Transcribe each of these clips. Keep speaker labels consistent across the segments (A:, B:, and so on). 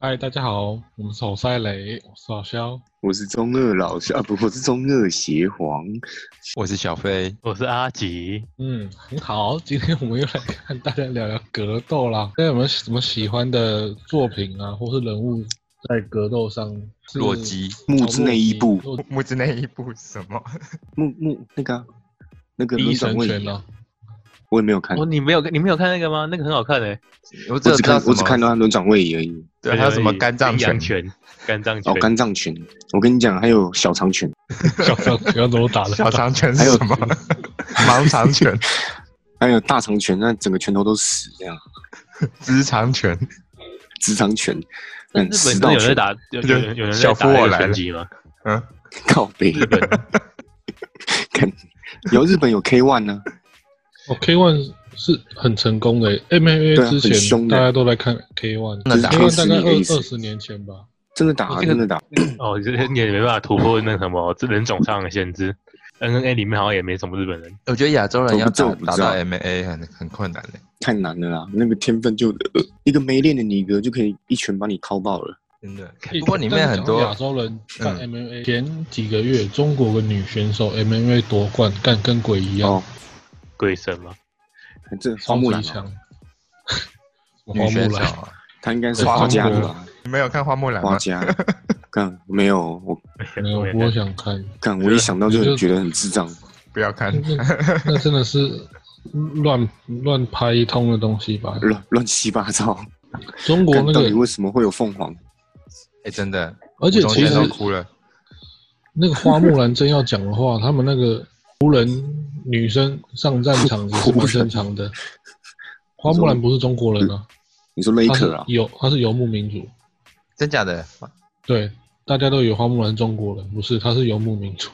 A: 嗨，大家好，我们是侯赛雷，我是老肖。
B: 我是中二老师啊，不，我是中二邪皇。
C: 我是小飞，
D: 我是阿吉，
A: 嗯，很好，今天我们又来看大家聊聊格斗 啦。大家有没有什么喜欢的作品啊，或是人物在格斗上？是
C: 洛基，
B: 木之内衣部，
A: 洛基
E: 木之内一部什么？
B: 木木那个啊、那个
A: 医
B: 轮转
A: 神
B: 位
A: 拳
B: 移啊
A: 呢？
B: 我也没有看，
D: 哦，
B: 我
D: 你没有你没有看那个吗？那个很好看诶、
E: 我只有
B: 只
E: 知道
B: 看
E: 什么
B: 我只看到他轮转位移而已。
E: 对，啊还有什么肝脏
D: 阴阳
E: 拳？
D: 拳、肝脏拳
B: 哦，、肝脏拳，我跟你讲，还有小肠拳，
A: 小张不要怎么打的？
E: 小肠拳是什么？ 盲肠拳、
B: 还有大肠拳，那整个拳头都死这样。
E: 直肠拳，
B: 直肠拳，
D: 但
B: 嗯，
D: 日本
B: 食
D: 真的
B: 道
D: 有人在
B: 拳，
D: 打，有有人有人在
E: 小
D: 打
E: 夫我
D: 那个
E: 来
D: 拳
E: 了
D: 击吗？
E: 嗯，
B: 靠背。
D: 日本
B: 看，有日本有 K one 啊呢，
A: 哦，K One 是很成功的
B: 对
A: ，MMA
B: 啊
A: 之
B: 很
A: 前
B: 凶的
A: 大家都来看 K One，
E: 那打
A: K One 大概
B: K 四
A: 二
B: 你
A: 二十年前吧。
B: 真的打啊，
D: 这个
B: 真的打。
D: 哦，就是你也没办法突破那个什么这人种上的限制。N N A 里面好像也没什么日本人，
C: 我觉得亚洲人要
B: 这
C: 打
B: 我不知
C: 打
B: 道
C: 到 M A 很很困难的，
B: 太难了啦，那个天分就、呃一个没练的尼格就可以一拳把你敲爆了。
C: 真的。不过里面很
A: 但是讲到亚
C: 多，
A: 洲人看
C: 嗯
A: MMA，、前几个月中国的女选手 MMA 夺冠，干跟鬼一样，
B: 哦，
D: 鬼神吗？
B: 这花
A: 超
B: 木
A: 级
B: 兰
A: 强
B: 哦，。
C: 女
A: 花木
C: 选手
A: 兰，
C: 啊，
B: 他应该是
E: 花
B: 花家
A: 木
B: 的
A: 兰
B: 吧？
E: 你没有看花木
A: 啊
E: 兰
B: 花
E: 吗？
B: 家，干没有我
A: 没有，我想看，
B: 干我一想到就
A: 你就
B: 很觉得很智障。
E: 不要看，
A: 嗯那那真的是乱乱拍一通的东西吧？
B: 乱乱七八糟，
A: 中国
B: 看
A: 那
B: 到底
A: 个，
B: 为什么会有凤凰？
C: 哎，真的，
A: 而且
E: 吴宗
A: 其
E: 宪
A: 实
E: 都哭了。
A: 那个花木兰真要讲的话，他们那个湖人女生上战场也是蛮正常的。花木兰不是中国人啊，
B: 你说
A: 她是
B: Laker 啊？
A: 游她是游牧民族，
C: 真假的，
A: 对，大家都以为花木兰中国人，不是，她是游牧民族，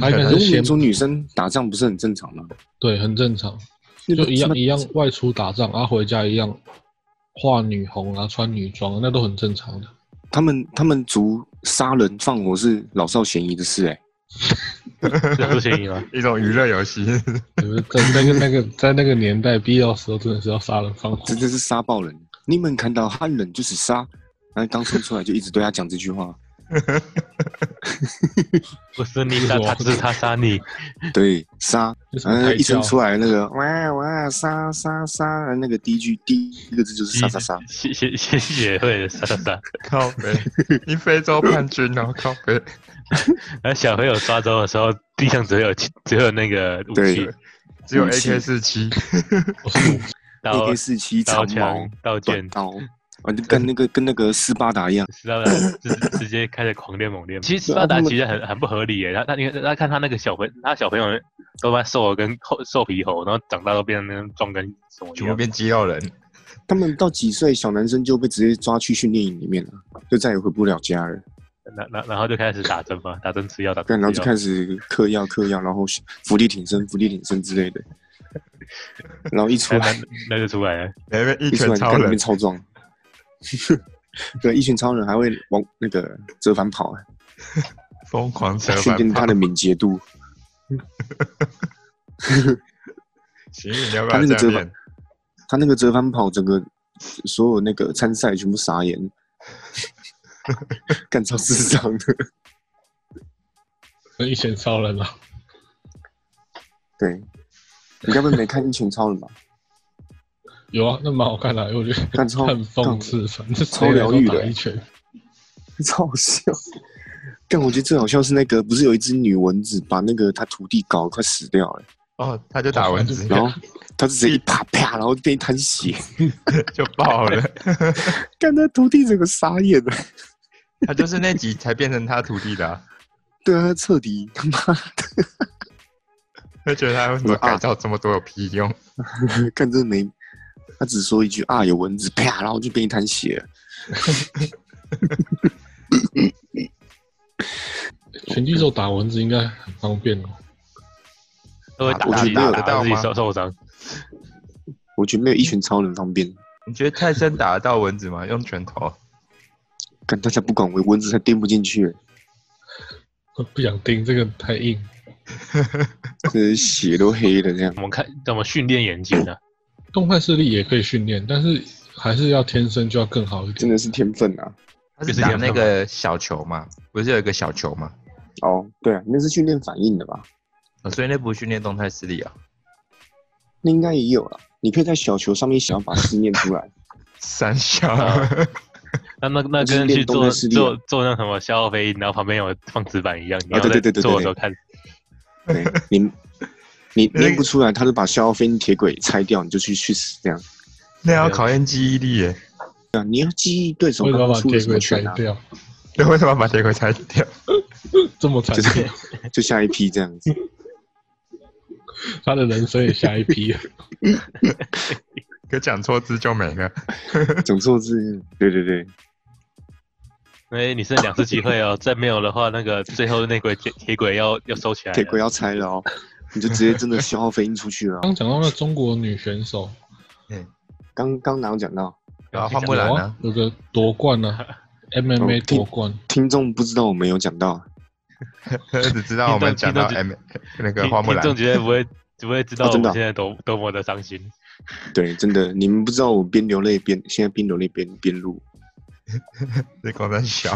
A: 她应该
B: 如
A: 是
B: 果
A: 先
B: 民族女生打仗不是很正常吗？
A: 对，很正常，
B: 那
A: 就
B: 个
A: 一
B: 他妈
A: 样一样外出打仗，啊回家一样化女红啊，穿女装，那都很正常的。
B: 他们他们族杀人放火是老少咸宜的事哎、
D: 这啊不行吗？
E: 一种娱乐游戏，
A: 就是在那个那个在那个年代，必要时候真的是要杀人放火
B: 真。的是杀爆人。你们看到汉人就是杀，然后刚生出来就一直对他讲这句话，
D: 不是你 杀他，是他杀你。
B: 对杀，
A: 为什么
B: 然后
A: 太
B: 一生
A: 骄
B: 出
A: 傲
B: 来那个哇哇杀杀杀，那个第一句第一个字就是杀杀杀，
D: 谢谢谢谢会的杀杀杀。
E: 靠 北，你非洲叛军哦，靠北，
D: 然后小朋友抓周的时候，地上只有只有那个武器
B: 对，
E: 只有
B: 武器
E: AK 四七，
D: 刀
B: AK 四七
D: 刀
B: 长矛
D: 枪、刀
B: 短，
D: 剑
B: 刀，啊就跟那个跟那个斯巴达一样，
D: 斯 巴达直直接开始狂练猛练。其实斯
B: 啊
D: 巴达其实很很不合理耶，他他你看他看他那个小朋他小朋友都蛮瘦的跟猴瘦皮猴，然后长大都变成那种壮跟什么一
E: 全部
D: 样。
E: 变肌肉人。
B: 他们到几岁小男生就被直接抓去训练营里面了，就再也回不了家了。
D: 然然然后就开始打针嘛，打针吃药打针
B: 干，然后
D: 吃
E: 啊
B: 就
D: 药
B: 开始嗑药嗑药，然后伏地挺身伏地挺身之类的，然后一出
D: 那
B: 来
D: 那那就出来了，
E: 那 边一
B: 一出
E: 拳
B: 来就
E: 超
B: 看里
E: 人
B: 面，超壮，对，一拳超人还会往那个折返跑，啊
E: 疯 狂折
B: 训
E: 返
B: 练
E: 跑
B: 他。的敏捷度。
E: 行，你要不
B: 他
E: 要
B: 那个
E: 这
B: 折
E: 样
B: 返
E: 练？，
B: 他那个折返跑，整个所有那个参赛全部傻眼， 干超智障的。
A: 跟一拳超人啊！
B: 对，你该不会没看一拳超人吧？
A: 有啊，那蛮好看的啊、因为我觉得
B: 看超
A: 很讽刺，反正
B: 超疗愈的
A: 谁来都打一拳，
B: 超好笑。但我觉得最好笑是那个，不是有一只女蚊子把那个她徒弟搞得快死掉了，
E: 哦，他就打蚊子，
B: 然后她就直接一啪啪，然后变一滩血，
E: 就 爆了。
B: 干她徒弟整个傻眼了。
E: 他就是那集才变成他徒弟的、啊，
B: 对啊，她彻底他妈
E: 他觉得他为什么啊改造这么多有屁用？
B: 的，干真的没，她只说一句啊有蚊子，啪，然后就变一滩血了。
A: 拳击手打蚊子应该很方便哦。
D: 都会打
B: 我
D: 自
B: 觉得没
D: 己打
B: 有
D: 打
E: 到
D: 到自己
E: 吗
D: 受受伤。
B: 我觉得没有一拳超人方便，
E: 你觉得泰森打得到蚊子吗？用拳头？
B: 干大家不管我蚊子才颠不进去，
A: 我不想盯这个太硬，
B: 这血都黑了这样。
D: 我们看怎么训练眼睛啊？
A: 动态视力也可以训练，但是还是要天生就要更好一
B: 真
A: 点。
B: 的是天分啊！
E: 他是
D: 就是这
E: 打
D: 样
E: 那
D: 看
E: 个小球嘛，不是有一个小球嘛？
B: 哦，对啊，那是训练反应的吧？
E: 哦所以那不是训练动态视力啊，
B: 那应该也有了。你可以在小球上面想要把字念出来，
E: 三小。
D: 啊那那那
B: 就是
D: 跟
B: 练
D: 去
B: 动态
D: 做
B: 视力啊
D: 做做那什么消费，然后旁边有放纸板一样，你要
B: 对
D: 在
B: 对对对
D: 做的
B: 对
D: 时候看。
B: 对，你你
E: 那个
B: 念不出来，他就把消费铁轨拆掉，你就去去死这样。
E: 那要考验记忆力耶。
B: 对啊，你要记忆对手
A: 为什
B: 刚
A: 么要把
B: 刚出了
A: 铁
B: 什么
A: 轨
B: 拳
A: 拆
B: 啊，
A: 掉？
E: 对，为什么要把铁轨拆掉？
A: 这么惨
B: 就
A: 烈
B: 是，就下一批这样子。
A: 他的人生也下一批了。
E: 可讲错字就没了。
B: 总错字，对对对，
D: 因为哎你剩两次机会哦，再没有的话，那个最后那轨铁铁轨要要收起来了。
B: 铁轨要拆了哦，你就直接真的消费出去了哦。
A: 刚讲到那中国女选手，
B: 刚刚哪有讲到？
E: 然后
D: 先
E: 换
D: 讲
E: 不然
A: 有
E: 呢
A: 啊？，有个夺冠啊
D: Oh,
A: ，MMA 夺冠，
B: 听众不知道我们有讲到，
E: 只知道我们讲到
D: 听
E: M 那个
D: 听
E: 花木
D: 听
E: 兰
D: 众绝对不会只会知道
B: 哦
D: 我
B: 真的
D: 们
B: 啊
D: 现在多多么的伤心。
B: 对，真的，你们不知道我边流泪边现在边流泪边边录，
E: 这公三小，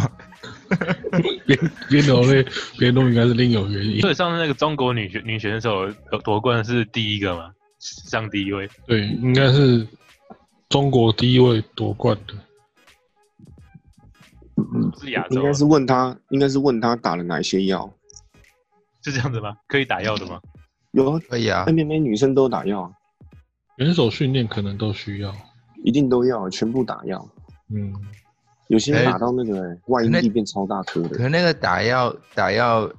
A: 边边流泪边录应该是另有原 因。
D: 所以上次那个中国女选女选手夺夺冠是第一个嘛，史上第一位。
A: 对，应该是中国第一位夺冠的。
D: 是亚洲
B: 应
D: 啊，
B: 该是问他，应该是问他打了哪些药。
D: 是这样子吗？可以打药的吗？
B: 有啊
E: 可以啊。
B: ，MMA 女生都打药啊，
A: 选手训练可能都需要，
B: 一定都要，全部打药。
A: 嗯，
B: 有些人
E: 哎
B: 打到那个、外阴蒂变超大颗
E: 可
B: 的，
E: 能那个打药打药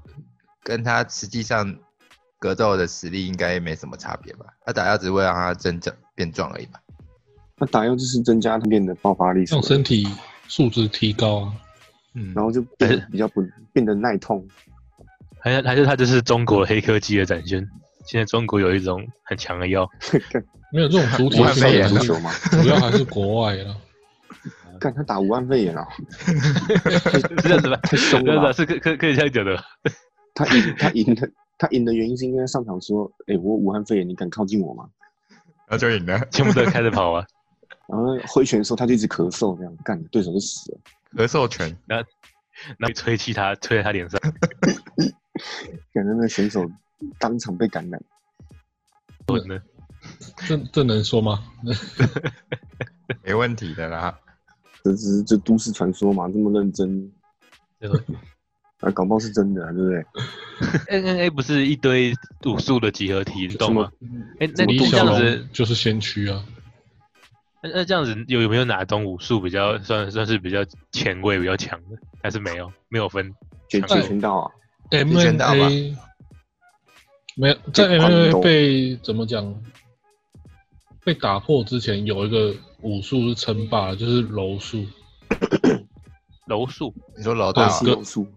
E: 跟他实际上格斗的实力应该也没什么差别吧？他打药只会让他增长变壮而已吧？
B: 那打药就是增加他变得爆发力什
A: 让
B: 么的，
A: 身体素质提高啊。
E: 嗯，
B: 然后就变
D: 还
B: 得比较不变得耐痛。
D: 还是还是它就是中国黑科技的展现？现在中国有一种很 强的药，
A: 没有这种主体
E: 武汉
B: 是
E: 肺炎
B: 打足
E: 了
B: 球吗？
A: 主要还是国外啊啦。
B: 看他打武汉肺炎啊，
D: 是这样子吧？
B: 太凶
D: 真
B: 了
D: 的
B: 吧！
D: 是可可可以这样讲的吧。
B: 他赢他赢的他赢的原因是因为他上场说：“哎、我武汉肺炎，你敢靠近我吗
E: 然后就赢了。
D: 全部都开始跑啊，？”
B: 然后挥拳的时候他就一直咳嗽，这样干对手就死了。
E: 咳嗽拳，
D: 然后吹气他，吹在他脸上。
B: 感觉那个选手当场被感染，
D: 我 呢，
A: 这这能说 吗？
E: 没问题的啦。
B: 这只是这都市传说嘛，这么认真
D: 对吧
B: 啊，搞不好是真的、啊，对不对？
D: N N A 哎不是一堆武术的集合体，你懂吗？哎，那
B: 什么
D: 你
B: 杜
A: 李
D: 这
A: 小
D: 样子
A: 龙，就是先驱啊。
D: 那那这样子有有没有哪种武术比较算算是比较前卫、比较强的？还是没有，没有分。
B: 截
D: 强
B: 截拳道啊，
A: M
E: 拳
A: N
E: 道吧
A: A 没有在
B: 这
A: M
B: 款
A: N
B: 都
A: A 被怎么讲？被打破之前有一个武术是称霸的，就是柔术，
D: 柔术
E: 你说老
B: 或
E: 大
B: 哦者是
A: 对
B: 柔术，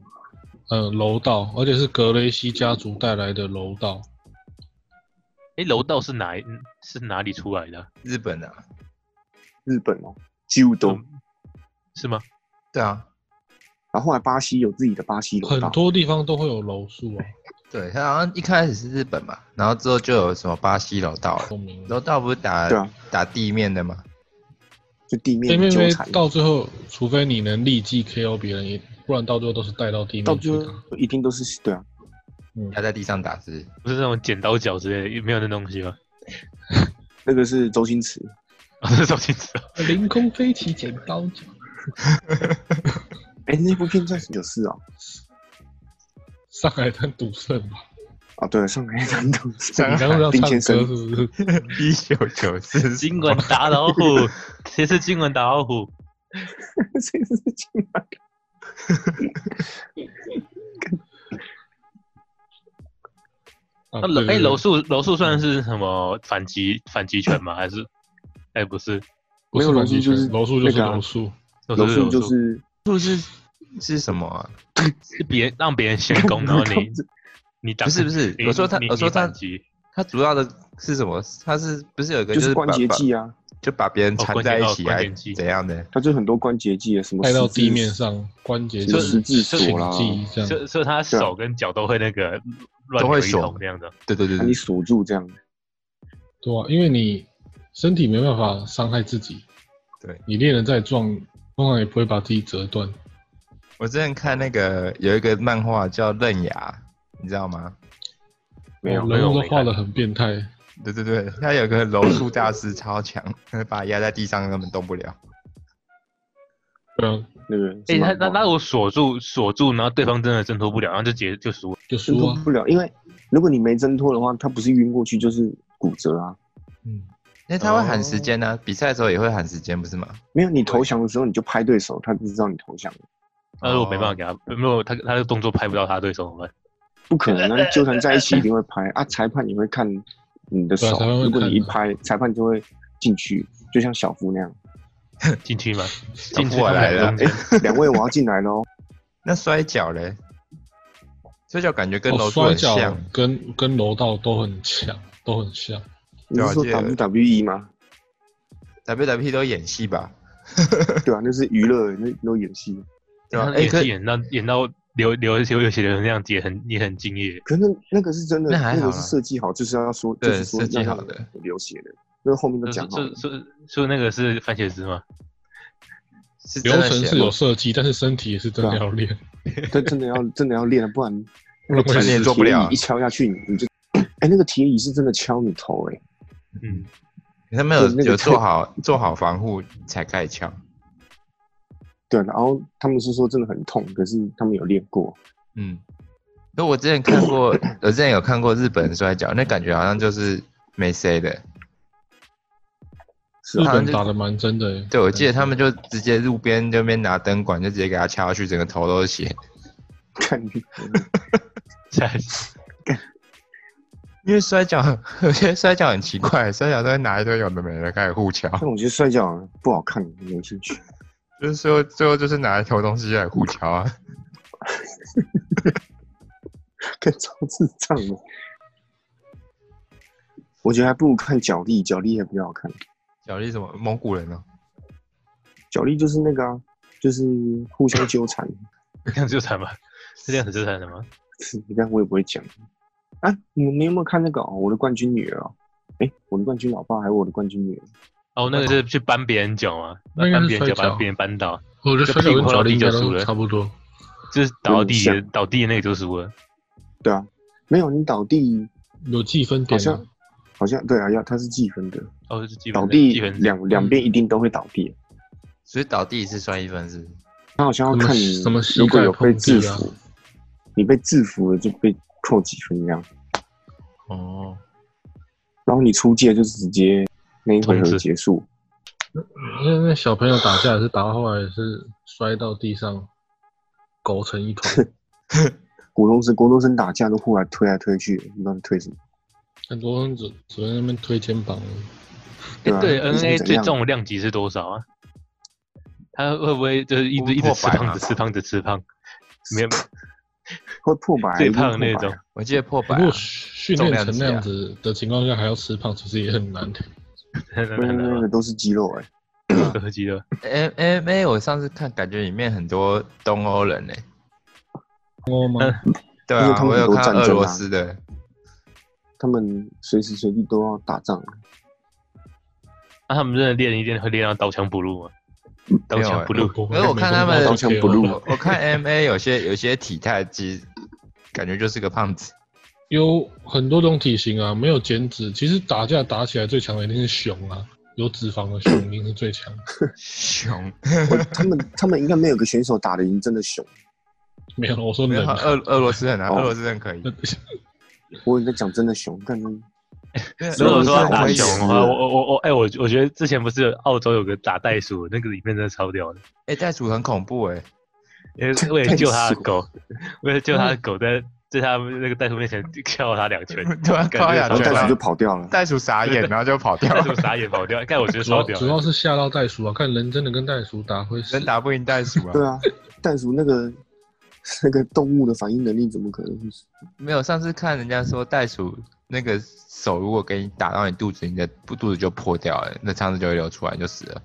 A: 嗯，柔道，而且是格雷西家族带来的柔道。
D: 哎，柔道是哪一嗯是哪里出来的啊？
E: 日本的、啊，
B: 日本哦，几乎都。
D: 嗯是吗？
E: 对啊，
B: 然后后来巴西有自己的巴西柔
A: 很
B: 道，
A: 多地方都会有柔术啊，
E: 对他好像一开始是日本嘛，然后之后就有什么巴西柔道了。
A: 有名。
E: 柔道不是打、
B: 对啊，
E: 打地面的吗？
B: 就地面
A: M
B: 的
A: N
B: 纠
A: A
B: 缠，
A: 到最后，除非你能立即 K O 别人，也不然到最后都是带到地
B: 到
A: 面去
B: 最后
A: 打。
B: 一定都是对啊，
A: 嗯
E: 压，在地上打字，
D: 不是那种剪刀脚之类的，没有那东西吗？
B: 那个是周星驰，
D: 哦，这周星驰哦，
A: 凌空飞起剪 刀脚，
B: 哎、那部片叫有事啊。
A: 上海滩赌圣 嘛。
B: 啊，对，上海滩 都是
E: 上
A: 你刚刚要
B: 丁
A: 唱歌
B: 先
A: 是
B: 生，
A: 不是？
E: 一九九四
D: 金管打老虎，谁是金管打老虎？
B: 谁是金马？
A: 啊
D: 那柔哎，柔
A: 楼
D: 术柔术算是什么反击反击拳吗？还是？哎，不是，
A: 不是
B: 没有
A: 反击拳
B: 柔术
A: 柔术就是
B: 就是那个啊
A: 柔术，
D: 柔
B: 柔
D: 术
B: 术就是
E: 不是是什么、啊？
D: 是别人让别人先攻，然后 你你打
E: 不是不是
D: 你
E: 我说他
D: 你
E: 我说
D: 你
E: 他
D: 反击
E: 它主要的是什么？它是不是有一个
B: 就是是
E: 把
B: 关节
E: 把
B: 技啊，
E: 就把别人
D: 哦
E: 缠
D: 关节
E: 在一
D: 哦
E: 起
D: 关
E: 还
D: 节技
E: 怎样的？
B: 它就很多关节技啊，什么
A: 带到
B: 十字
A: 地面上，关节
B: 什么
D: 就
B: 十
A: 是
B: 字锁啊啦，
A: 记忆这样。
D: 所以所以他手跟脚都会那个乱
E: 都会
D: 流一
E: 锁
D: 通这样的。
E: 对对对
B: 把你
E: 对，
B: 锁住这样，
A: 对啊，因为你身体没办法伤害自己，
E: 对
A: 你练了再壮，通常也不会把自己折断。
E: 我之前看那个有一个漫画叫《刃牙》，你知道吗？
D: 没有
A: 哦人物
D: 我
A: 都
D: 没
A: 画
D: 看
A: 的很变态。
E: 对对对，他有个柔术大师超强， 把他压在地上根本动不了。
A: 对啊，
B: 那个是
D: 哎、
B: 哦
D: 他
B: 蛮
D: 他
B: 猛的
D: 他我锁住锁住，然后对方真的挣脱不了，然后就结就输了。
A: 就
B: 挣
A: 输
B: 脱
A: 啊，
B: 不了，因为如果你没挣脱的话，他不是晕过去就是骨折啊。
E: 嗯，因为他会喊时间呢、比赛的时候也会喊时间，不是吗？
B: 没有你投降的时候你就拍对手，他就知道你投降了，
D: 那如果没办法给他，没有他他的动作拍不到他对手怎么办？
B: 不可能啊！纠缠在一起一定会 拍啊，裁判也会看你的手
A: 对啊裁判，会
B: 如果你一
A: 看啊
B: 拍，裁判就会进去，就像小夫那 样。
D: 禁区吗？禁区
E: 过来了
D: 他们两个中间
B: 两位我要进来喽，
E: 那摔跤嘞？摔跤感觉跟
A: 哦
E: 柔术
A: 摔
E: 很
A: 跤
E: 像，
A: 跟跟柔道都很强，都很像。
B: 你是说
E: 对啊这
B: WWE 吗？
E: WWE 都演戏吧？
B: 对啊，那是娱乐，那都演戏。
E: 对吧、
D: 他
E: 哎、
D: 演
E: 可
D: 戏
E: 以
D: 演到演到流流流有血流成那样子，也很也很敬业。
B: 可是那那个是真的，
E: 那还好啦
B: 个是设计好，就是要说，就
E: 对
B: 是说
E: 设计
B: 让
E: 好
B: 你
E: 的
B: 流血的，那后面都
D: 是
B: 讲好了
D: 是。是是那个是番茄汁吗？
E: 是
A: 流
E: 真的
A: 程
E: 写
A: 是
E: 过
A: 有设计，但是身体也是真的要练，
B: 但真的要真的要练了，不然
A: 不然
E: 你
A: 会
E: 也
B: 铁
E: 做不了啊
B: 椅一敲下去，你你就，哎，那个铁椅是真的敲你头，哎，
D: 嗯，
E: 他们有
B: 就是那个
E: 有
B: 特
E: 做好做好防护才开枪。
B: 对，啊然后他们是说真的很痛，可是他们有练过，
E: 嗯，因为我之前看 过，我之前有看过日本人摔跤，那感觉好像就是没谁的。
B: 是
A: 日
B: 啊，
A: 本打的蛮真的欸。
E: 对，我记得他们就直接路边那边拿灯管就直接给他掐下去，整个头都是血。
B: 看你
D: 在
E: 因为摔跤， 我觉得摔跤很奇怪，摔跤都会拿一堆有的没的开始互敲，
B: 但我觉得摔跤不好看，没兴趣。
E: 就是最后最后就是拿一头东西来互敲啊。
B: 看超智障的。我觉得还不如看脚力，脚力也比较好看。
E: 小丽什么蒙古人哦，
B: 脚力就是那个啊，就是互相纠缠。
D: 这样纠缠吗？是这样子纠缠的吗？
B: 你看我也不会讲。啊，你们你有没有看那个、哦、我的冠军女儿、哦？哎、我的冠军老爸还有我的冠军女儿，
D: 哦，那个是去扳别人脚吗？
A: 那应该
D: 扳
A: 是
D: 别人脚，
A: 摔跤
D: 把别人扳倒，
A: 哦我觉得摔跤跟脚力应该
D: 就屁股
A: 都
D: 碰到地就输了
A: 差不多。
D: 就是倒地
B: 有点
D: 倒地的那个就输了。
B: 对啊，没有你倒地
A: 有计分点
B: 好
A: 啊
B: 像，好像对啊，要他是计分的，
D: 哦，是基本
B: 倒
D: 的嗯
B: 地
D: 基本
B: 两两边一定都会倒地。啊
E: 所以倒地一次算一分是不是？
B: 他好像要看你
A: 什么膝
B: 如果
A: 盖
B: 有被
A: 碰
B: 制
A: 地啊
B: 服，你被制服了就被扣几分这样，
E: 哦，
B: 然后你出界就是直接那一回合
D: 通知
B: 结束。
A: 那那小朋友打架也是打到后来也是摔到地上，狗成一团，
B: 国中生、国中生打架都互来推来推去，不知道推什么，
A: 很多人只只会在那边推肩膀而已。
B: 对啊
D: 哎对
B: 你想
D: N A
B: 怎
D: 最
B: 样
D: 重的量级是多少啊？他会不会就是一
E: 我们
D: 直一直吃
E: 破百嘛
D: 胖子吃胖子吃胖？没有
B: 会破百，
D: 最胖的
B: 一定
D: 那
B: 破百
D: 种，
E: 我记得破百、
A: 不
E: 啊
A: 过。训
E: 重
A: 练
E: 量
A: 成
E: 级
A: 那样
E: 啊
A: 子的情况下还要吃胖，其实也很 难。
D: 很难
B: 那
D: 很
B: 那那
D: 难
B: 个都是肌肉哎、
D: 吧，喝鸡的。
E: M M A 哎我上次看感觉里面很多东欧人呢、
A: 哦吗？
E: 对
B: 因为
E: 啊，
B: 他们
E: 我
B: 很
E: 有
B: 多
E: 看
B: 战
E: 俄
B: 争
E: 罗
B: 啊
E: 斯的，
B: 他们随时随地都要打仗，
D: 那他们真的练一练会练到刀枪不入吗？刀枪不入，
A: 不
E: 可是啊我看他们
B: 好像不录
E: 我我看 M A 有些有些体态其实感觉就是个胖子，
A: 有很多种体型啊，没有减脂。其实打架打起来最强的一定是熊啊，有脂肪的 熊一定是最强。
E: 熊。
B: 我他们他们应该没有个选手打得赢真的熊。
A: 没有，我说
E: 没有
A: 人啊。
E: 俄俄罗斯人啊，
B: 哦
E: 俄罗斯人可以。
B: 我有在讲真的熊，干
D: 如果说要
B: 我
D: 打
B: 会
D: 熊
B: 死
D: 的话，我我我我，哎、我我觉得之前不是有澳洲有个打袋鼠，那个里面真的超屌的，
E: 哎，袋鼠很恐怖哎，
D: 因为为了救他的狗，为了救他的狗在，在他们那个袋鼠面前敲他两 拳，
E: 对啊，
D: 感觉
E: 高雅
B: 然后
D: 对
B: 袋
D: 啊
B: 鼠就跑掉了。
E: 袋鼠傻 眼，然后就跑掉
D: 袋鼠
E: 了。
D: 傻眼跑掉，但我觉得
A: 主
D: 超
A: 要
D: 屌
A: 主
D: 的。
A: 要是吓到袋鼠啊，看人真的跟袋鼠打会死
E: 人。打不赢袋鼠啊！
B: 对啊，袋鼠那个 那个动物的反应能力怎么可能？
E: 没有，上次看人家说袋鼠那个手如果给你打到你肚子，你的肚子就破掉了，那肠子就会流出来，你就死了，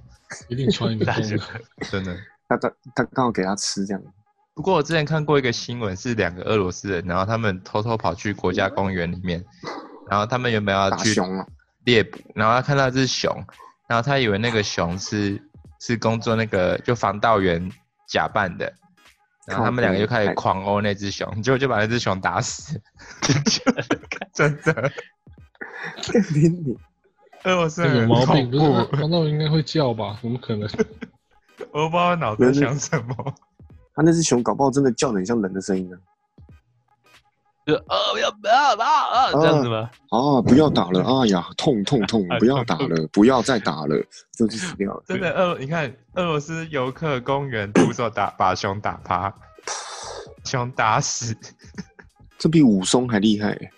A: 一定穿一个
D: 袋
A: 洞
D: 鼠
A: 的。
E: 真的。
B: 他他他刚好给它吃这样，
E: 不过我之前看过一个新闻，是两个俄罗斯人，然后他们偷偷跑去国家公园里面，然后他们原本要
B: 打
E: 去
B: 熊啊，
E: 猎捕，然后他看到一只熊，然后他以为那个熊是是工作那个就防盗员假扮的，然后他们两个就开始狂殴那只熊，结果就把那只熊打 死， 真的，
B: 干你你
E: 俄罗斯
A: 那
E: 人
A: 有
E: 很
A: 毛病，
E: 恐
A: 不是
E: 怖，啊
A: 黄道应该会叫吧？怎么可能？
E: 我都不知道脑袋想什么。
B: 他那只熊搞不好真的叫得很像人的声音呢、啊
D: 就呃不要不要不要呃这样子吗？
B: 啊！不要打了！哎呀，哎痛痛 痛！不要打了！不要再打了！这就死掉了。
E: 真的俄，你看俄罗斯游客公园徒手打把熊打 趴，熊打死，
B: 这比武松还厉害、欸。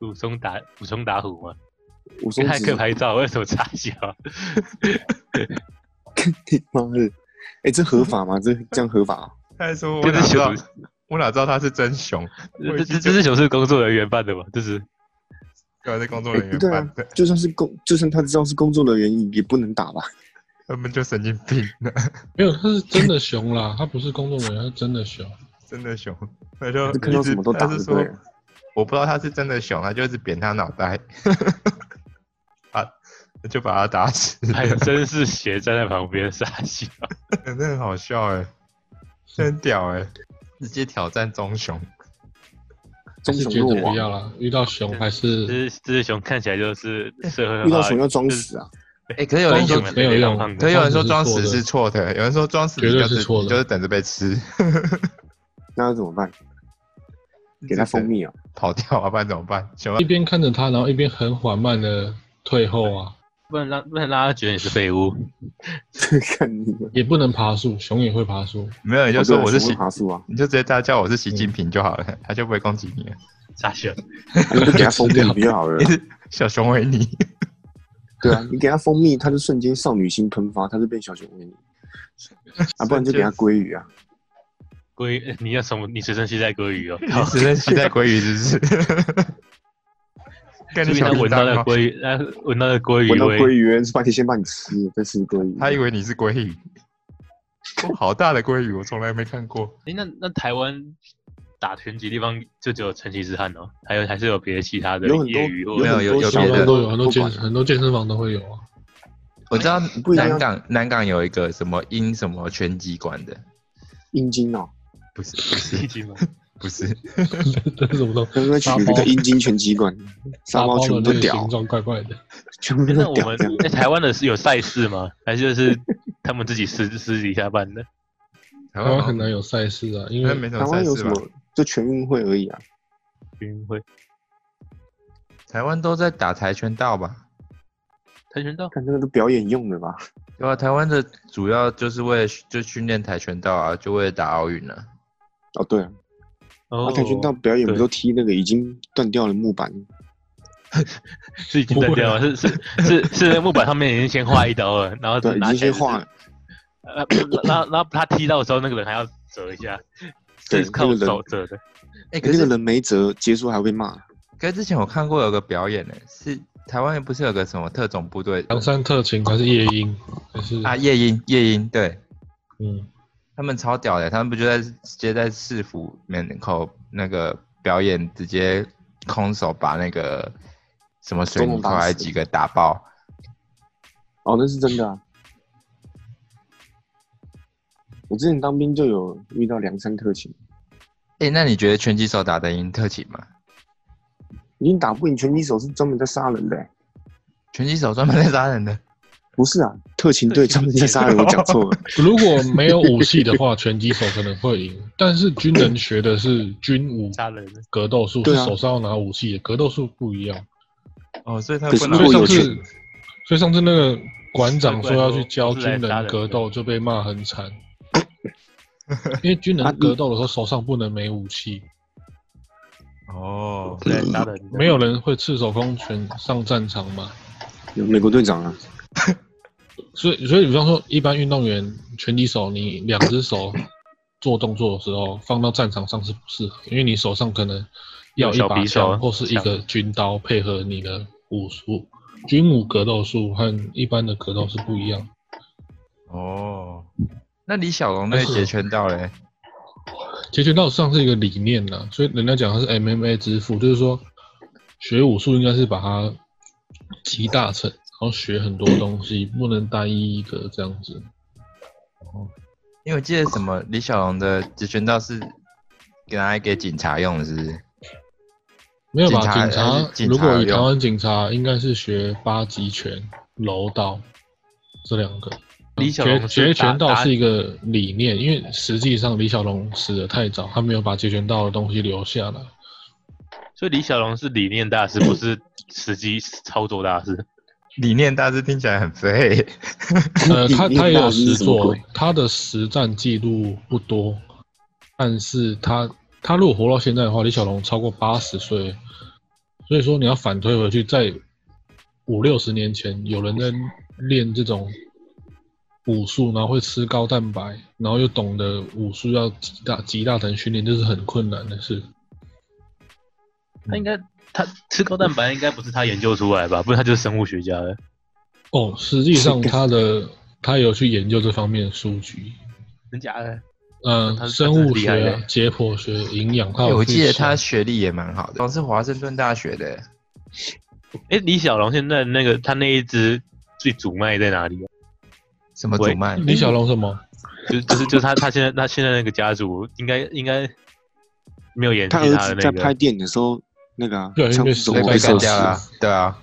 D: 武松打武松打虎吗？
B: 武松
D: 跟骇
B: 只
D: 客拍照为什么插 小？
B: 你妈的！ 哎、这合法吗？这这样合法、啊？
E: 他还说我
D: 这
E: 哪
D: 只
E: 知道
D: 熊，，
E: 我哪知道他是真熊，我
D: 这
E: 已
D: 这
E: 经
D: 这只熊是工作人员办的吗？ 就是
E: 对，是工作
B: 哎、
E: 人
B: 不
E: 员
B: 对
E: 办
B: 啊
E: 的，，
B: 就算是工，就算他知道是工作人员，也不能打吧？
E: 他们就神经病了，
A: 没有，它是真的熊啦，它不是工作人员，它是真的熊。
E: 真的熊，他就
B: 就看到
E: 一直
B: 什么都打，
E: 他
B: 对
E: 是
B: 不
E: 说
B: 对？
E: 我不知道他是真的熊，他就是扁他脑袋， 啊，就把他打死，
D: 还
B: 啊
D: 真是斜站在旁边傻笑。
E: 真的很好笑哎、真很屌哎、直接挑战棕熊，
B: 棕
A: 还是
B: 熊
A: 觉
B: 若
A: 得不
B: 王，
A: 要啦，遇到熊还
D: 这
A: 是
D: 只这只熊看起来就是社会
B: 哎遇
D: 化
B: 到，熊要装死啊！
E: 哎、可是有
D: 棕
E: 人说
D: 熊，
A: 没有用
D: 胖胖
E: 可
D: 的
E: 是有人说
A: 装
E: 装
A: 死
E: 死
A: 是
E: 是错的，有人说装死
A: 绝
E: 你
A: 对
E: 就是
A: 错的
E: 你就是等着被吃，
B: 那要怎么办？给他蜂蜜啊！
E: 跑掉啊，不然怎么办？ 熊要
A: 一边看着它，然后一边很缓慢的退后啊，
D: 不能让不能让他觉得你是废物。
B: 看你们，
A: 也不能爬树，熊也会爬树。
E: 没有你就
B: 哦
E: 说
B: 对
E: 我是
B: 熊会
E: 习
B: 爬树啊！
E: 你就直接大叫我是习近平就好了，他就不会攻击你了。
D: 傻笑，
B: 你就 给他蜂蜜
A: 吃掉
B: 不就好了
E: 你？是小熊维尼，
B: 对啊，你给他蜂蜜，他就瞬间少女心喷发，他就变小熊维尼啊！不然就给他鲑鱼啊！
D: 鲑，你要什么？你随身携带鲑鱼哦，
E: 你只 能期待鲑鱼是不是？ 跟
D: 注
E: 你
D: 意
E: 小哦
D: 他
E: 铃
D: 闻到那
E: 铛
D: 个
E: 吗？
D: 鲑鱼，他闻到那个鲑
B: 闻
D: 鱼
B: 到鲑
D: 味，
B: 鱼，是把你先把你吃了，再吃鲑鱼。
E: 他以为你是鲑鱼，哦好大的鲑鱼，我从来没看过。
D: 诶那那台湾打拳击地方就只有成吉思汗哦，还有还是有别的其他的
B: 有很多
D: 业余或
E: 没
B: 有很
E: 有有
B: 多
E: 有
B: 小
E: 别
A: 台
E: 的
A: 湾
B: 人
A: 都有很多
B: 不
A: 健
B: 管啊
A: 很多健身房都会有啊。
E: 我知道
B: 不一定啊
E: 南港南港有一个什么英什么拳击馆的，
B: 阴茎哦，
E: 不是不
D: 地
E: 是
D: 区吗？
E: 不是，
A: 这是什么东西？
B: 他说取
A: 沙
B: 了
A: 包
B: 个阴茎拳击馆，沙包
A: 包
B: 全部
A: 的那
B: 都
A: 个
B: 屌
A: 形，状怪怪的，
B: 全部
D: 诶那
B: 都
D: 我
B: 屌
D: 们
B: 这样。
D: 在台湾的是有赛事吗？还是就是他们自己私私底下办的？
A: 台
E: 台
A: 湾哦很难
E: 有，
A: 有赛事啊，因
E: 台
A: 为
E: 湾没什
B: 台
E: 么赛
B: 湾有
E: 事
B: 什
E: 吧
B: 么？？就全运会而已啊。
D: 运会、
E: 台湾都在打跆拳道吧？
D: 跆拳道，
B: 看那个都表演用的吧？
E: 对啊，台湾的主要就是为了就训练跆拳道啊，就为了打奥运啊。
B: 哦，对啊，
D: 哦
B: 啊，跆拳道表演不
D: 对
B: 都踢那个已经断掉的木板？
D: 是已经断掉了，是是是是那木板上面已经先画一刀了，然后
B: 对，已
D: 拿
B: 经
D: 起
B: 先
D: 来就是
B: 画了，哎
D: 呃，然后然后他踢到的时候，那个人还要折一下，
B: 对
D: 是靠
B: 那个人
D: 手折的。
E: 哎、可
B: 那个
E: 是
B: 人没辙，结束还会被骂。
E: 可是之前我看过有个表演呢、是台湾不是有个什么特种部队
A: 唐山特勤还是夜鹰还是
E: 啊？夜鹰，夜鹰，对
A: 嗯，
E: 他们超屌的、他们不就在直接在市府门口那个表演，直接空手把那个什么水
B: 中
E: 泥
B: 文大
E: 块还
B: 师
E: 几个打爆，
B: 哦，那是真的啊。我之前当兵就有遇到梁山特勤，
E: 哎、那你觉得拳击手打得赢特勤吗？
B: 已经打不赢拳击手是专门在杀人的欸、
E: 拳击手专门在杀人的，
B: 不是啊，特勤队哦专门在杀人，我讲错了。
A: 如果没有武器的话，拳击手可能会赢，但是军人学的是军武
D: 杀人
A: 格斗术，是
B: 对啊
A: 手上要拿武器的，格斗术不一样。
E: 哦，所以他
B: 可
E: 们
B: 是
E: 不
B: 如
E: 能
A: 所
B: 果
A: 以
B: 有
A: 上
B: 拳
A: 次，所以上次那个馆长说要去教
D: 不
A: 军
D: 是来杀
A: 人
D: 人
A: 格斗，就被骂很惨，因为军
B: 啊
A: 人
B: 你
A: 格斗的时候手上不能没武器。
D: 啊
E: 哦，
D: 对杀人
A: 没有人会赤手空拳上战场嘛，
B: 有美国队长啊，
A: 所以所以比方说，一般运动员拳击手，你两只手做动作的时候放到战场上是不适合，因为你手上可能要一把
D: 有小匕首
A: 枪或是一个军刀配合你的武术，军武格斗术和一般的格斗是不一样。
E: 哦，那李小龙那个截拳道嘞？
A: 截拳道上是一个理念呐，所以人家讲它是 MMA 之父，就是说学武术应该是把它集大成，然后学很多东西，不能单一一个这样子。
E: 因为我记得什么李小龙的截拳道是给拿来给警察用的，是不是？
A: 没有吧？
E: 警察
A: 警察
E: 还是警察
D: 呃
A: 如果以
E: 有
A: 台湾警察，应该是学八极拳、柔道这两个。
D: 李小龙
A: 截截
D: 是打
A: 拳道
D: 打
A: 是一个理念，因为实际上李小龙死的太早，他没有把截拳道的东西留下来。
D: 所以李小龙是理念大师，不是实际操作大师。
E: 理念大师听起来很废，
A: 呃，他
B: 理念
A: 他也有
B: 大师
A: 实
B: 是什么
A: 作
B: 鬼，
A: 他的实战记录不多，但是他他如果活到现在的话，李小龙超过八十岁，所以说你要反推回去，在五六十年前，有人在练这种武术，然后会吃高蛋白，然后又懂得武术要极大极大的训练，这是很困难的事。
D: 他应该他吃高蛋白应该不是他研究出来吧？不然他就是生物学家了。
A: 哦，实际上他的他有去研究这方面的书籍，
D: 真假的？
A: 嗯、
D: 他
A: 呃，
D: 是
A: 生物
D: 他是厉
A: 学
D: 害
A: 啊
D: 的、
A: 解剖学、营
D: 哦
A: 养，他有
E: 因为哎我
A: 去
E: 记得
A: 想
E: 他学历也蛮好的，好像是华盛顿大学的。
D: 哎，李小龙现在那个他那一只最主卖在哪里？
E: 什么主
D: 喂
E: 脉？
A: 李小龙什么？
D: 就就是就是他他现在他现在那个家族应该应该没有延
B: 他
D: 续
B: 儿
D: 他的
B: 子
D: 那
B: 在
D: 个。
B: 拍电影的时候，那个啊
A: 不小，心
B: 像
A: 被
B: 是
A: 我
E: 被
B: 我
E: 被
B: 被
E: 干
B: 射死
E: 掉了
B: 了
E: 啊。，对啊，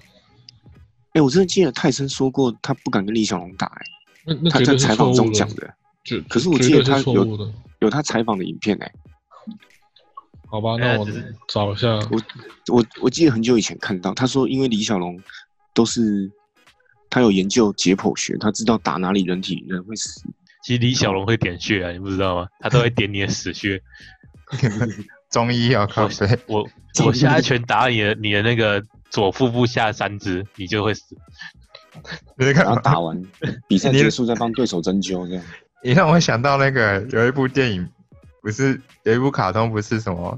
B: 哎，我真的记得泰森说过，他不敢跟李小龙打，哎，
A: 那那
B: 他
A: 绝
B: 在
A: 对是
B: 采
A: 错
B: 访
A: 误
B: 中讲
A: 的，
B: 的，
A: 绝
B: 可是我
A: 绝
B: 记得
A: 对
B: 他
A: 是错
B: 有
A: 误的。
B: 有他采访的影片，哎，
A: 好吧，
D: 哎
A: 那我
D: 只是
A: 找一下。
B: 我我记得很久以前看到，他说因为李小龙都是他有研究解剖学，他知道打哪里人体人会死，
D: 其实李小龙会点穴啊，你不知道吗？他都会点你的死穴。
E: 中医要靠背。
D: 我我下一拳打你的你的那个左腹部下三指，你就 会死。
E: 你在干
B: 然
E: 嘛
B: 后 打完比赛
E: 你
B: 结束再帮对手针灸这样。
E: 你让我想到那个 有一部电影，不是有一部卡通，不是什么